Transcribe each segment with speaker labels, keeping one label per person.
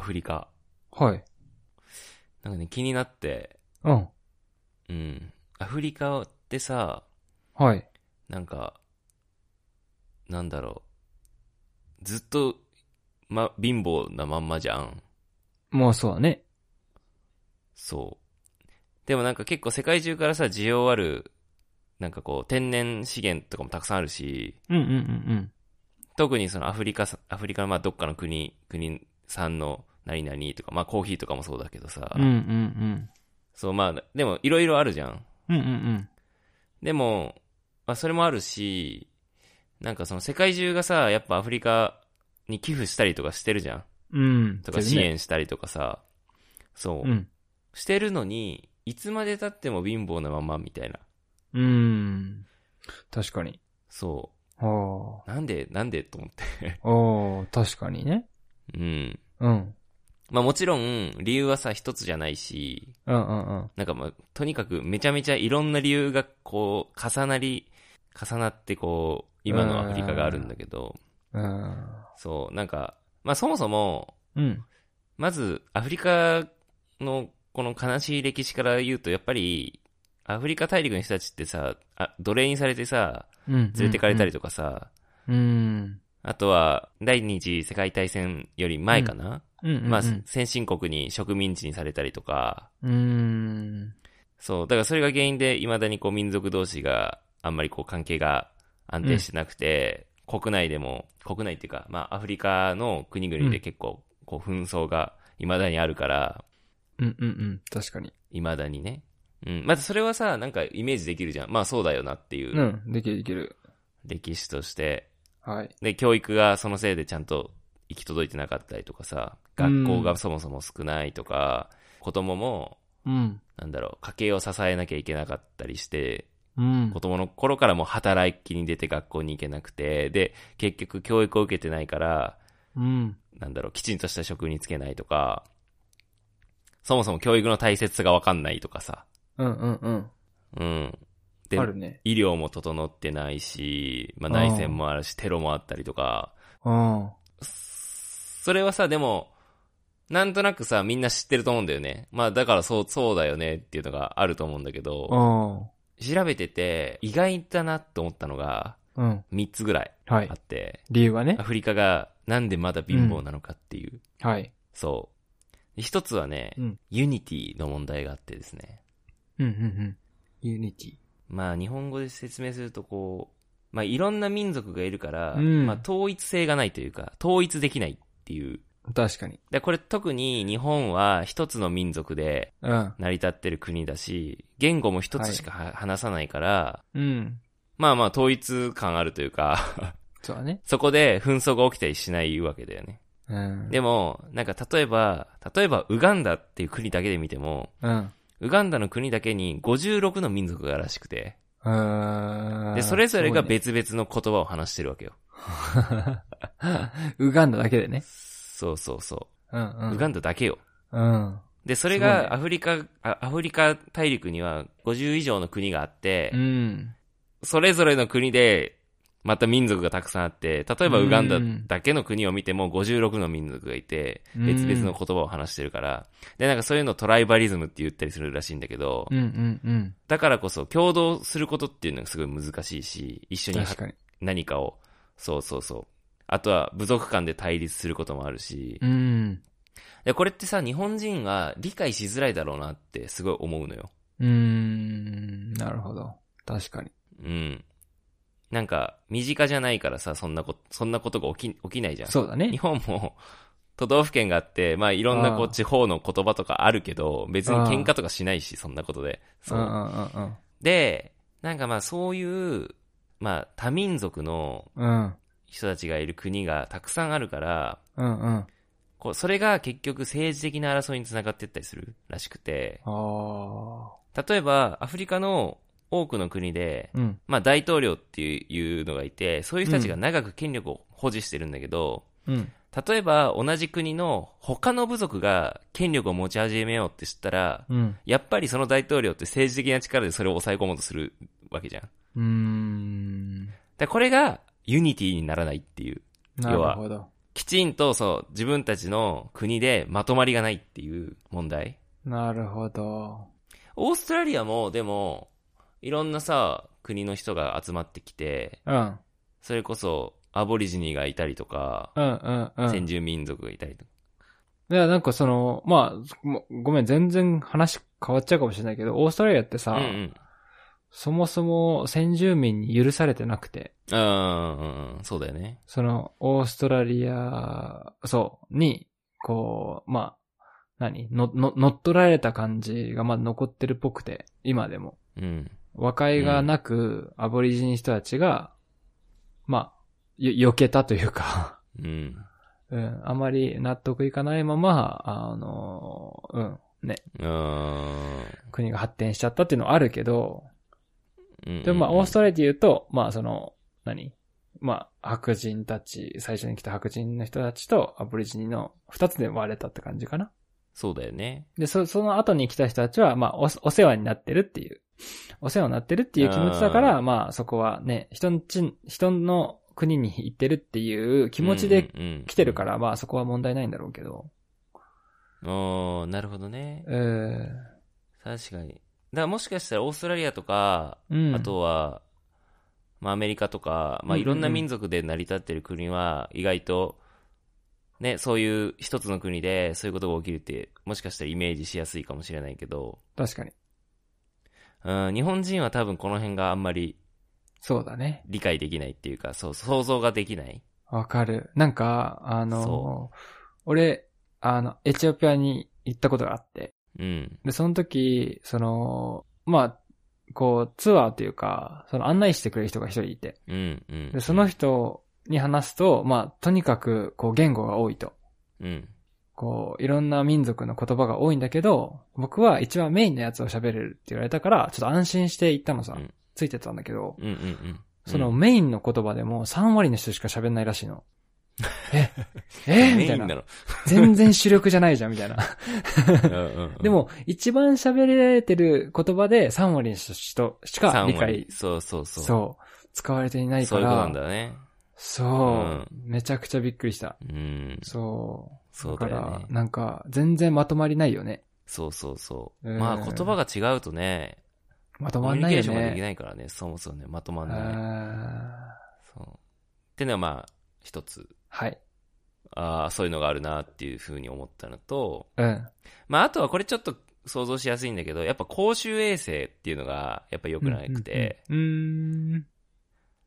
Speaker 1: フリカ。
Speaker 2: はい。
Speaker 1: なんかね、気になって、
Speaker 2: うん。
Speaker 1: うん。アフリカってさ、
Speaker 2: はい。
Speaker 1: なんか、なんだろう。ずっと、ま、貧乏なまんまじゃん。
Speaker 2: まあそうだね。
Speaker 1: そう。でもなんか結構世界中からさ、需要ある、なんかこう、天然資源とかもたくさんあるし、
Speaker 2: うんうんうん
Speaker 1: 特にそのアフリカさ、アフリカのまあどっかの国、国産の何々とか、まあコーヒーとかもそうだけどさ、
Speaker 2: うん。うんうん
Speaker 1: そうまあ、でもいろいろあるじゃん。
Speaker 2: うん。うんうん
Speaker 1: でも、まあそれもあるし、なんかその世界中がさ、やっぱアフリカに寄付したりとかしてるじゃん。
Speaker 2: うん。うん。
Speaker 1: とか支援したりとかさ、そうう、
Speaker 2: ん。
Speaker 1: してるのに、いつまで経っても貧乏なままみたいな。
Speaker 2: うん。確かに。
Speaker 1: そ
Speaker 2: あ
Speaker 1: う。なんで、なんでと思って。
Speaker 2: あ。ああ、確かにね。
Speaker 1: うん。
Speaker 2: うん。
Speaker 1: まあもちろん、理由はさ、一つじゃないし、
Speaker 2: うんうんうん。
Speaker 1: なんかまあ、とにかくめちゃめちゃいろんな理由がこう、重なり、重なってこう、今のアフリカがあるんだけど、
Speaker 2: うん。
Speaker 1: そう、なんか、まあそもそも、
Speaker 2: うん。
Speaker 1: まず、アフリカのこの悲しい歴史から言うと、やっぱり、アフリカ大陸の人たちってさ、あ奴隷にされてさ、
Speaker 2: う
Speaker 1: 連
Speaker 2: ん。
Speaker 1: れてかれたり
Speaker 2: と
Speaker 1: とかさ、
Speaker 2: か。うん。
Speaker 1: あとは、第二次世界大戦より前かな、
Speaker 2: うん。
Speaker 1: まあ、先進国に植民地にされたりとか、
Speaker 2: うん。
Speaker 1: そう、だからそれが原因で、未だにこう民族同士があんまりこう関係が安定してなくて、国内でも、国内っていうか、まあアフリカの国々で結構、こう紛争が未だにあるから、
Speaker 2: うんうんうん。確かに。。
Speaker 1: 未だにね。うん。まずそれはさ、なんかイメージできるじゃん。まあそうだよなっていううん
Speaker 2: できるできる。
Speaker 1: 歴史として。
Speaker 2: はい。
Speaker 1: で、教育がそのせいでちゃんと行き届いてなかったりとかさ、
Speaker 2: うん
Speaker 1: 学校がそもそも少ないとか、子供も、
Speaker 2: うん。
Speaker 1: なんだろう、家計を支えなきゃいけなかったりして、
Speaker 2: うん
Speaker 1: 子。供の頃からもう働きに出て学校に行けなくて、で、結局教育を受けてないから、
Speaker 2: うん。
Speaker 1: なんだろう、きちんとした職に就けないとか、そもそも教育の大切さがわかんないとかさ。
Speaker 2: うんうん
Speaker 1: うん。
Speaker 2: う
Speaker 1: で
Speaker 2: ん。あ、るね。
Speaker 1: 医療も整ってないし、まあ内戦もあるし、テロもあったりとか、
Speaker 2: あ
Speaker 1: それはさ、でも、なんとなくさ、みんな知ってると思うんだよね。まあだからそう、そうだよねっていうのがあると思うんだけ
Speaker 2: あ。
Speaker 1: ど、
Speaker 2: あ
Speaker 1: 調べてて、意外だなって思ったのが、
Speaker 2: あ。うん。
Speaker 1: 3つぐらい
Speaker 2: は
Speaker 1: あ
Speaker 2: い
Speaker 1: っ。て、
Speaker 2: 理由はね
Speaker 1: ア。フリカがなんでまだ貧乏なのかっていう、
Speaker 2: はい。
Speaker 1: そう。一つはね、
Speaker 2: うん
Speaker 1: ユニティの問題があってですね。
Speaker 2: うんうんうん。ユニティ。
Speaker 1: まあ日本語で説明するとこう、まあいろんな民族がいるから、
Speaker 2: うん
Speaker 1: まあ統一性がないというか、統一できないっていう。
Speaker 2: 確かに。
Speaker 1: で、これ特に日本は一つの民族で
Speaker 2: うん。
Speaker 1: 成り立ってる国だし、言語も一つしかは、話さないから、
Speaker 2: うん。
Speaker 1: まあまあ統一感あるというか、
Speaker 2: そうだね。
Speaker 1: そこで紛争が起きたりしないわけだよね。
Speaker 2: うん。
Speaker 1: でも、なんか例えば、例えばウガンダっていう国だけで見ても、
Speaker 2: うん。
Speaker 1: ウガンダの国だけに56の民族があるらしくて、
Speaker 2: あー
Speaker 1: で、それぞれが別々の言葉を話してるわけよ。
Speaker 2: すごいねウガンダだけでね。
Speaker 1: そうそうそ
Speaker 2: うんう
Speaker 1: う。
Speaker 2: ん。
Speaker 1: ウガン
Speaker 2: ダ。
Speaker 1: ダだけよ。
Speaker 2: うん。
Speaker 1: で、それ
Speaker 2: すごいね
Speaker 1: がアフリカ、あアフリカ大陸には50以上の国があって
Speaker 2: う、ん。
Speaker 1: それぞれの国で、また民族がたくさんあって、例えばウガンダだけの国を見ても56の民族がいて、
Speaker 2: うん
Speaker 1: 別々の言葉を話してるから、で、なんかそういうのをトライバリズムって言ったりするらしいんだけど
Speaker 2: う、んうんうん。
Speaker 1: だからこそ共同することっていうのがすごい難しいし、一緒に
Speaker 2: 確かに。
Speaker 1: 何かを、そうそうそう。あとは部族間で対立することもあるし
Speaker 2: う、ん。
Speaker 1: でこれってさ、日本人は理解しづらいだろうなってすごい思うのよ。
Speaker 2: うーん。なるほど。確かに。
Speaker 1: うん。なんか、身近じゃないからさ、そんなこと、そんなことが起き、起きないじゃん。
Speaker 2: そうだ
Speaker 1: 日
Speaker 2: ね。
Speaker 1: 本も、都道府県があって、まあいろんなこ
Speaker 2: あ
Speaker 1: う
Speaker 2: ー
Speaker 1: 地方の言葉とかあるけど、別に喧嘩とかしないし、そんなことで。
Speaker 2: う
Speaker 1: そ
Speaker 2: んう
Speaker 1: う。
Speaker 2: んうん
Speaker 1: で、なんかまあそういう、まあ多民族の
Speaker 2: うん。うん。
Speaker 1: 人たちがいる国がたくさんあるから、
Speaker 2: うんうん。
Speaker 1: こう、それが結局政治的な争いにつながっていったりするらしくて、
Speaker 2: あ
Speaker 1: 例えばアフリカの多くの国で
Speaker 2: ー。、うん。
Speaker 1: まあ大統領っていうのがいて、そういう人たちが長く権力を保持してるんだけど、
Speaker 2: うん。
Speaker 1: 例えば同じ国の他の部族が権力を持ち始めようって知ったら、
Speaker 2: うん。
Speaker 1: やっぱりその大統領って政治的な力でそれを抑え込もうとするわけじゃん。だか
Speaker 2: うーん。
Speaker 1: らこれがユニティにならないっていう。
Speaker 2: なるほど。
Speaker 1: きちんとそう、自分たちの国でまとまりがないっていう問題。
Speaker 2: なるほど。
Speaker 1: オーストラリアも、でも、いろんなさ、国の人が集まってきて、
Speaker 2: うん。
Speaker 1: それこそ、アボリジニがいたりとか、
Speaker 2: うんうんうん。
Speaker 1: 先住民族がいたりとか。
Speaker 2: いや、なんかその、まあ、ごごめん、全然話変わっちゃうかもしれないけど、オーストラリアってさ、
Speaker 1: うんうん。
Speaker 2: そもそも先住民に許されてなくて、
Speaker 1: うんうんうん、そうだよね。
Speaker 2: その、オーストラリア、そう、に、こう、まあ、何の、の、乗っ取られた感じがまだ残ってるっぽくて、今でも。
Speaker 1: うん。
Speaker 2: 和解がなく、アボリジニ人たちが、まあ、よ、避けたというか、
Speaker 1: うん。
Speaker 2: うん、あまり納得いかないまま、あの、うん、ね、
Speaker 1: うん。
Speaker 2: 国が発展しちゃったっていうのはあるけど、
Speaker 1: うん
Speaker 2: でもまあ、オーストラリアで言うと、まあ、その、何まあ、白人たち、最初に来た白人の人たちとアボリジニの二つで割れたって感じかな。
Speaker 1: そうだよね。
Speaker 2: で、そ、その後に来た人たちは、まあ、お、お世話になってるっていう、お世話になってるっていう気持ちだから、まあ、そこはね、人のち、人の国に行ってるっていう気持ちで来
Speaker 1: 来
Speaker 2: てるから、まあ、そこは問題ないんだろうけど、
Speaker 1: おーなるほどね。
Speaker 2: えー
Speaker 1: 確かに。だからもしかしたらオーストラリアとか、
Speaker 2: うん。
Speaker 1: あとは、まあアメリカとか、ま
Speaker 2: うんうんう
Speaker 1: あ
Speaker 2: ん
Speaker 1: いろんな民族で成り立ってる国は、意外と、ね、そういう一つの国でそういうことが起きるって、もしかしたらイメージしやすいかもしれないけど、
Speaker 2: 確かに。
Speaker 1: うん、日本人は多分この辺があんまり
Speaker 2: そうだね。
Speaker 1: 理解できないっていうか、そう、想像ができない。
Speaker 2: わかる。なんか、あの
Speaker 1: そ、
Speaker 2: 俺、あの、エチオピアに行ったことがあって、
Speaker 1: うん。
Speaker 2: で、その時、その、まあ、こう、ツアーというか、その案内してくれる人が一人いて、
Speaker 1: うん、うん。
Speaker 2: で、その人に話すと、まあ、とにかく、こう、言語が多いと。
Speaker 1: うん。
Speaker 2: こう、いろんな民族の言葉が多いんだけど、僕は一番メインのやつを喋れるって言われたから、ちょっと安心して行ったのさ、
Speaker 1: うん
Speaker 2: ついてたんだけど、
Speaker 1: うん、うん、うん。
Speaker 2: その
Speaker 1: うん、
Speaker 2: メインの言葉でも3割の人しか喋んないらし いの。え、えみた
Speaker 1: メイ
Speaker 2: い
Speaker 1: ン
Speaker 2: な
Speaker 1: だ。ろ。
Speaker 2: 全然主力じゃないじゃん、みたいな。
Speaker 1: うんうんうん
Speaker 2: で、も、一番喋られてる言葉で3割の人しか理
Speaker 1: 3割
Speaker 2: 解、
Speaker 1: そうそうそう。
Speaker 2: そう、使われていない
Speaker 1: そ
Speaker 2: か
Speaker 1: ういうことなん
Speaker 2: ら、
Speaker 1: だね。
Speaker 2: そう、めちゃくちゃびっくりした。
Speaker 1: うん。
Speaker 2: そ。
Speaker 1: そうう
Speaker 2: だか
Speaker 1: だ
Speaker 2: ら
Speaker 1: よ、ね。
Speaker 2: なんか、全然まとまりないよね。
Speaker 1: そうそうそう。
Speaker 2: うん
Speaker 1: まあ言葉が違うとね、
Speaker 2: まと
Speaker 1: コ
Speaker 2: ま
Speaker 1: ミュ
Speaker 2: んな
Speaker 1: ニケー
Speaker 2: いよ
Speaker 1: ションができ
Speaker 2: ね。
Speaker 1: ないからね、そもそもね、まとまんない。
Speaker 2: あー
Speaker 1: そう。ってのはまあ、一つ、
Speaker 2: はい。
Speaker 1: ああ、そういうのがあるなっていうふうに思ったのと、
Speaker 2: うん。
Speaker 1: まああとはこれちょっと想像しやすいんだけど、やっぱ公衆衛生っていうのがやっぱ良くなくて、
Speaker 2: うん。うん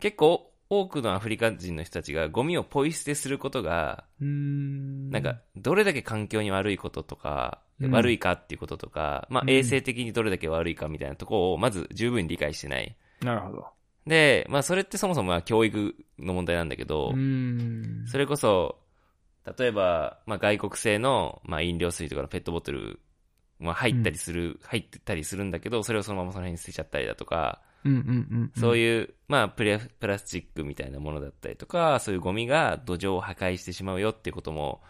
Speaker 1: 結構多くのアフリカ人の人たちがゴミをポイ捨てすることが
Speaker 2: うん。
Speaker 1: なんか、、どれだけ環境に悪いこととか、
Speaker 2: うん
Speaker 1: 悪いかっていうこととか、まあ
Speaker 2: う、ん
Speaker 1: 衛生的にどれだけ悪いかみたいなところを、まず十分に理解してない。
Speaker 2: なるほど。
Speaker 1: で、まあ、それってそもそもまあ教育の問題なんだけど
Speaker 2: う、ん。
Speaker 1: それこそ、例えば、まあ、外国製の、まあ、飲料水とかのペットボトル、まあ、入ったりする、入ってたりするんだけど、それをそのままその辺に捨てちゃったりだとか、
Speaker 2: うんうんうん。
Speaker 1: そう
Speaker 2: う
Speaker 1: いう、まあ、プレプラスチックみたいなものだったりとか、そういうゴミが土壌を破壊してしまうよっていうことも、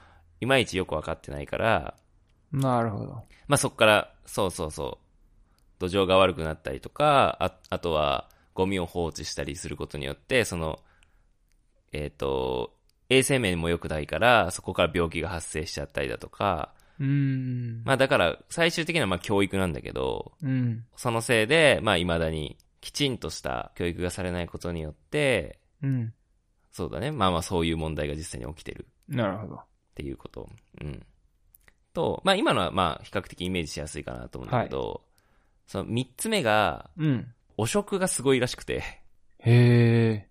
Speaker 1: いまいちよくわかってないから、
Speaker 2: ん。なるほど。
Speaker 1: まあ、そこから、そうそうそう、土壌が悪くなったりとか、ああとは、ゴミを放置したりすることによって、その、えっ、と、衛生面も良くないから、そこから病気が発生しちゃったりだとか、
Speaker 2: うん。
Speaker 1: まあだから、最終的にはまあ教育なんだけど、
Speaker 2: うん。
Speaker 1: そのせいで、まあ未だにきちんとした教育がされないことによって、
Speaker 2: うん。
Speaker 1: そうだね、まあまあそういう問題が実際に起きてる
Speaker 2: なるほど。
Speaker 1: っていうこと。うん。と、まあ今のはまあ比較的イメージしやすいかなと思うんだけど、その三つ目が、
Speaker 2: うん。
Speaker 1: 汚職がすごいらしくて、
Speaker 2: へえ。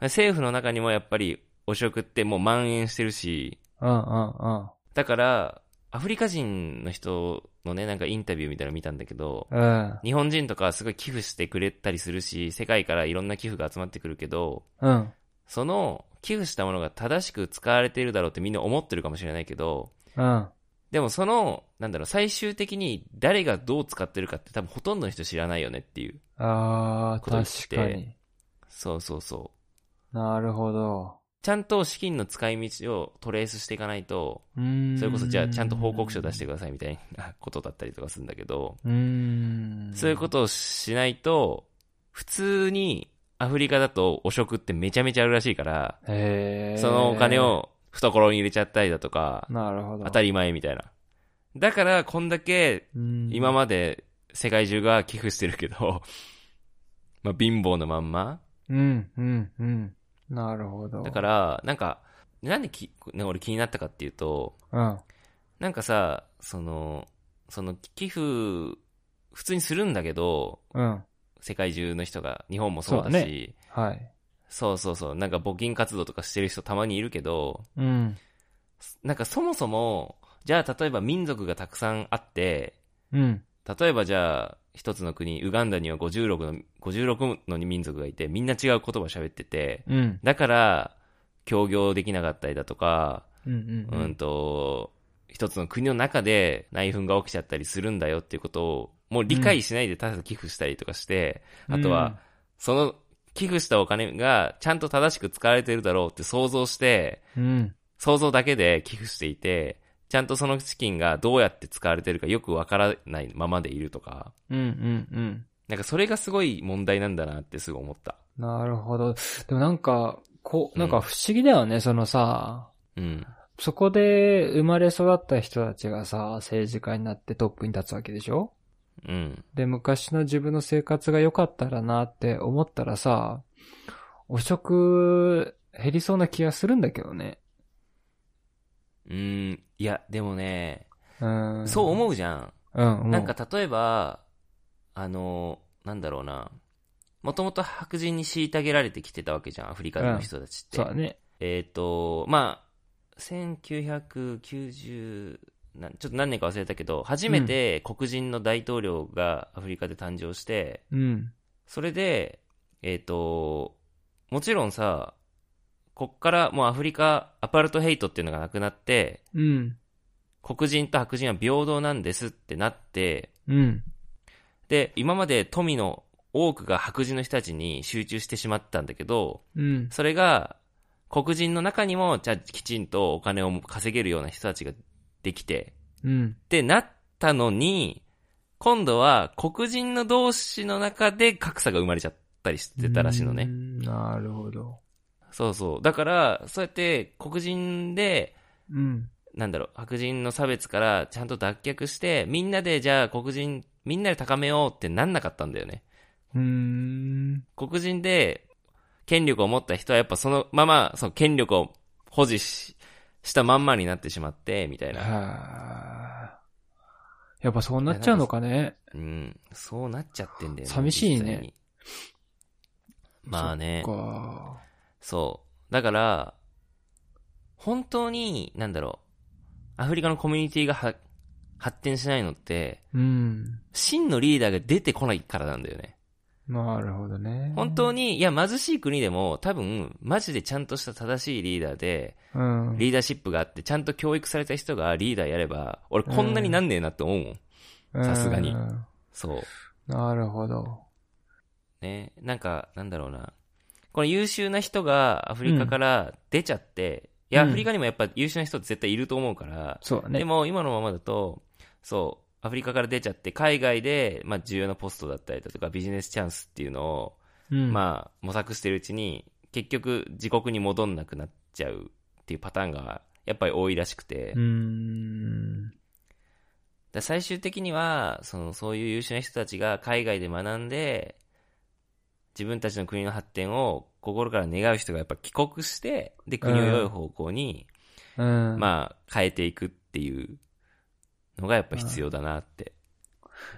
Speaker 1: 政府の中にもやっぱり汚職ってもう蔓延してるし、
Speaker 2: うんうんうん。
Speaker 1: だから、アフリカ人の人のね、なんかインタビューみたいなの見たんだけど、
Speaker 2: うん。
Speaker 1: 日本人とかはすごい寄付してくれたりするし、世界からいろんな寄付が集まってくるけど、
Speaker 2: うん。
Speaker 1: その寄付したものが正しく使われているだろうってみんな思ってるかもしれないけど、
Speaker 2: うん。
Speaker 1: でもその、なんだろう、最終的に誰がどう使ってるかって多分ほとんどの人知らないよねっていう。
Speaker 2: ああ、
Speaker 1: こと言って
Speaker 2: 確かに。
Speaker 1: そうそうそう。
Speaker 2: なるほど。
Speaker 1: ちゃんと資金の使い道をトレースしていかないと、
Speaker 2: うーん。
Speaker 1: それこそじゃあちゃんと報告書出してくださいみたいなことだったりとかするんだけど、
Speaker 2: うーん。
Speaker 1: そういうことをしないと、普通にアフリカだと汚職ってめちゃめちゃあるらしいから、
Speaker 2: へえ。
Speaker 1: そのお金。を懐に入れちゃったりだとか、
Speaker 2: なるほど。
Speaker 1: 当たり前みたいな。だから、こんだけ、今
Speaker 2: 今
Speaker 1: まで世界中が寄付してるけど、 まあ貧乏のまんま。
Speaker 2: うん、うん、うん。なるほど。、
Speaker 1: だからら、なんか、なんでき、ね、俺気になったかっていうと、
Speaker 2: うん。
Speaker 1: なんかさ、その、その寄付、普通にするんだけど、
Speaker 2: うん。
Speaker 1: 世界中の人が、日本もそうだし、
Speaker 2: そうだはい。
Speaker 1: そうそうそう、なんか募金活動とかしてる人たまにいるけど、
Speaker 2: うん。
Speaker 1: なんかそもそも、じゃあ例えば民族がたくさんあって、
Speaker 2: うん。
Speaker 1: 例えばじゃあ、一つの国、ウガンダには56の、56の民族がいて、みんな違う言葉喋ってて、
Speaker 2: うん。
Speaker 1: だから、協業できなかったりだとか、
Speaker 2: うん。う
Speaker 1: うん
Speaker 2: ん。
Speaker 1: と、一つの国の中で内紛が起きちゃったりするんだよっていうことを、もう理解しないでただ寄付したりとかして、あとは、その寄付したお金がちゃんと正しく使われてるだろうって想像して、
Speaker 2: うん、うん。
Speaker 1: 想像だけで寄付していて、ちゃんとその資金がどうやって使われてるかよくわからないままでいるとか、
Speaker 2: うん。うん。うん。
Speaker 1: なんかそれがすごい問題なんだなってすごい思った。
Speaker 2: なるほど。でもなんか、こう、なんか不思議だよね、そのさ、
Speaker 1: うん。
Speaker 2: そこで生まれ育った人たちがさ、政治家になってトップに立つわけでしょ
Speaker 1: うん。
Speaker 2: で、昔の自分の生活が良かったらなって思ったらさ、汚職減りそうな気がするんだけどね。
Speaker 1: うん。いや、でもね、
Speaker 2: うん。
Speaker 1: そう
Speaker 2: う
Speaker 1: 思うじゃん。
Speaker 2: うん、うん。
Speaker 1: なんか例えば、あの、なんだろうな。もともと白人に虐げられてきてたわけじゃん、アフリカの人たちって。
Speaker 2: そうだね。
Speaker 1: えっ、と、まあ、1990なん、ちょっと何年か忘れたけど、初めて黒人の大統領がアフリカで誕生して、
Speaker 2: うん。
Speaker 1: それで、えっ、と、もちろんさ、こっからもうアフリカ、アパルトヘイトっていうのがなくなって、
Speaker 2: うん。
Speaker 1: 黒人と白人は平等なんですってなって、
Speaker 2: うん。
Speaker 1: で、今まで富の多くが白人の人たちに集中してしまったんだけど、
Speaker 2: うん。
Speaker 1: それが黒人の中にも、じゃあきちんとお金を稼げるような人たちができて、
Speaker 2: うん。
Speaker 1: ってなったのに、今度は黒人の同士の中で格差が生まれちゃったりしてたらしいの
Speaker 2: う
Speaker 1: ね。
Speaker 2: んなるほど。
Speaker 1: そうそう。だから、そうやって黒人で、
Speaker 2: うん。
Speaker 1: なんだろう、白人の差別からちゃんと脱却して、みんなでじゃあ黒人、みんなで高めようってなんなかったんだよね。
Speaker 2: うーん。
Speaker 1: 黒人で権力を持った人はやっぱそのまま、その権力を保持ししたまんまになってしまって、みたいな。
Speaker 2: はあ。やっぱそうなっちゃうのかね。
Speaker 1: うん。そうなっちゃってんだよね。
Speaker 2: 寂しいね
Speaker 1: 実際に。まあね。
Speaker 2: そっか。
Speaker 1: そう。だから、本当に、なんだろう。アフリカのコミュニティがは発展しないのって、
Speaker 2: うん。
Speaker 1: 真のリーダーが出てこないからなんだよね。
Speaker 2: なるほどね。
Speaker 1: 本当に、いや、貧しい国でも、多分、マジでちゃんとした正しいリーダーで、
Speaker 2: うん。
Speaker 1: リーダーシップがあって、ちゃんと教育された人がリーダーやれば、俺こんなになんねえなって思うもん。さすがに
Speaker 2: うん
Speaker 1: そう。
Speaker 2: なるほど。
Speaker 1: ね。なんか、なんだろうな。この優秀な人がアフリカから出ちゃって、
Speaker 2: うん
Speaker 1: いや、
Speaker 2: うん
Speaker 1: アフリカにもやっぱ優秀な人って絶対いると思うから、
Speaker 2: そうだね。
Speaker 1: でも今のままだと、そう、アフリカから出ちゃって、海外で、まあ重要なポストだったりだとか、ビジネスチャンスっていうのを、
Speaker 2: うん、
Speaker 1: まあ模索してるうちに、結局自国に戻んなくなっちゃうっていうパターンが、やっぱり多いらしくて、
Speaker 2: うーん。
Speaker 1: だ最終的にはそのそういう優秀な人たちが海外で学んで自分たちの国の発展を心から願う人がやっぱ帰国してで国を良い方向に、
Speaker 2: うん。あ、
Speaker 1: まあ変えていくっていうのがやっぱ必要だなって、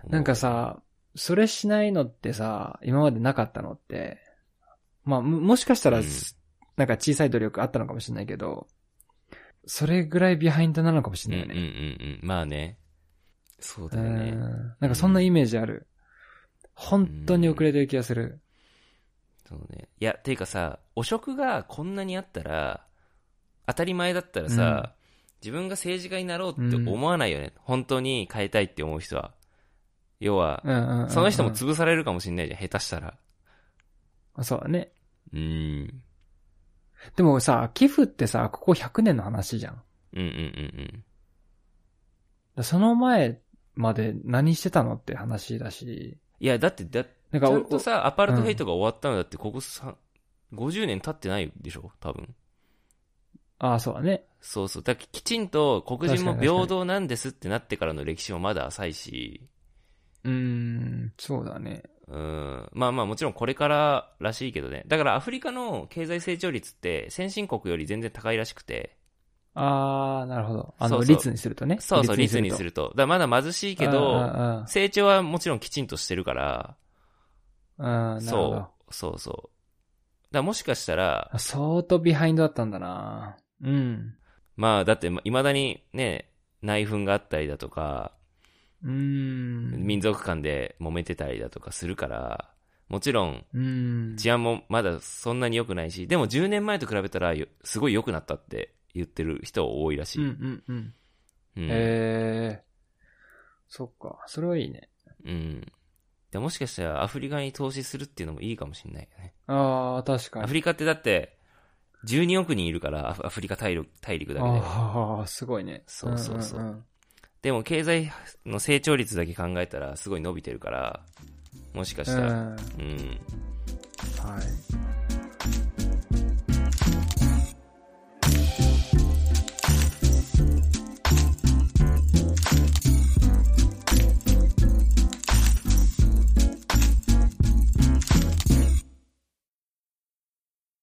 Speaker 2: なんか、さ、それしないのってさ、今までなかったのって、まあ、ももしかしたら、
Speaker 1: うん
Speaker 2: なんか小さい努力あったのかもしれないけど、それぐらいビハインドなのかもし
Speaker 1: うん
Speaker 2: れ
Speaker 1: うん
Speaker 2: な
Speaker 1: う
Speaker 2: い
Speaker 1: ん
Speaker 2: よ
Speaker 1: う
Speaker 2: ね。
Speaker 1: んまあねそうだよ
Speaker 2: う
Speaker 1: ね
Speaker 2: んなんかそんなイメージある。本当に遅れてる気がする。
Speaker 1: そうねいやていうかさ汚職がこんなにあったら当たり前だったらさ、自分が政治家になろうって思わないよね、本当に変えたいって思う人は要は、
Speaker 2: うんうんうんうん
Speaker 1: その人も潰されるかもしんないじゃん下手したら
Speaker 2: そうだね。
Speaker 1: うんうん
Speaker 2: でもさ、寄付ってさ、ここ100年の話じゃん。
Speaker 1: うんうん
Speaker 2: その前まで何してたのって話だし、
Speaker 1: いやだってだち
Speaker 2: なん
Speaker 1: ゃ
Speaker 2: かお
Speaker 1: んとさアパルトヘイトが終わったのだってここさ50年経ってないでしょ多分
Speaker 2: ああ、そうだね。
Speaker 1: そうそう。だからきちんと黒人も
Speaker 2: 確かに確かに
Speaker 1: 平等なんですってなってからの歴史もまだ浅いし、
Speaker 2: うーん、そうだね。
Speaker 1: うん。まあまあもちろんこれかららしいけどね。だからアフリカの経済成長率って先進国より全然高いらしくて、
Speaker 2: ああ、なるほど。あの、
Speaker 1: そうそう
Speaker 2: 率にするとね。
Speaker 1: そうそう、率にすると。だからまだ貧しいけ
Speaker 2: うん
Speaker 1: ど、
Speaker 2: うんうん
Speaker 1: 成長はもちろんきちんとしてるから、
Speaker 2: あーなるほど。
Speaker 1: そう、そうそう。だからもしかしたら、
Speaker 2: 相当ビハインドだったんだなうん。
Speaker 1: まあだって未だにね、内紛があったりだとか、
Speaker 2: うーん。
Speaker 1: 民族間で揉めてたりだとかするから、もちろん
Speaker 2: うん。
Speaker 1: 治安もまだそんなに良くないし、でも10年前と比べたらよすごい良くなったって言ってる人多いらし
Speaker 2: うん
Speaker 1: い。
Speaker 2: うんうん。
Speaker 1: うん
Speaker 2: へえ。そっか。それはいいね。
Speaker 1: うんでもしかしたらアフリカに投資するっていうのもいいかもしれないよね。
Speaker 2: ああ、確か
Speaker 1: アフ
Speaker 2: に。
Speaker 1: リカってだって、12億人いるから、アフアフリカ大陸大陸だけで。
Speaker 2: ああ、すごいね。
Speaker 1: そうそうそうん
Speaker 2: んん
Speaker 1: でも経済の成長率だけ考えたらすごい伸びてるから、もしかしたら、
Speaker 2: うん
Speaker 1: うん、
Speaker 2: はい。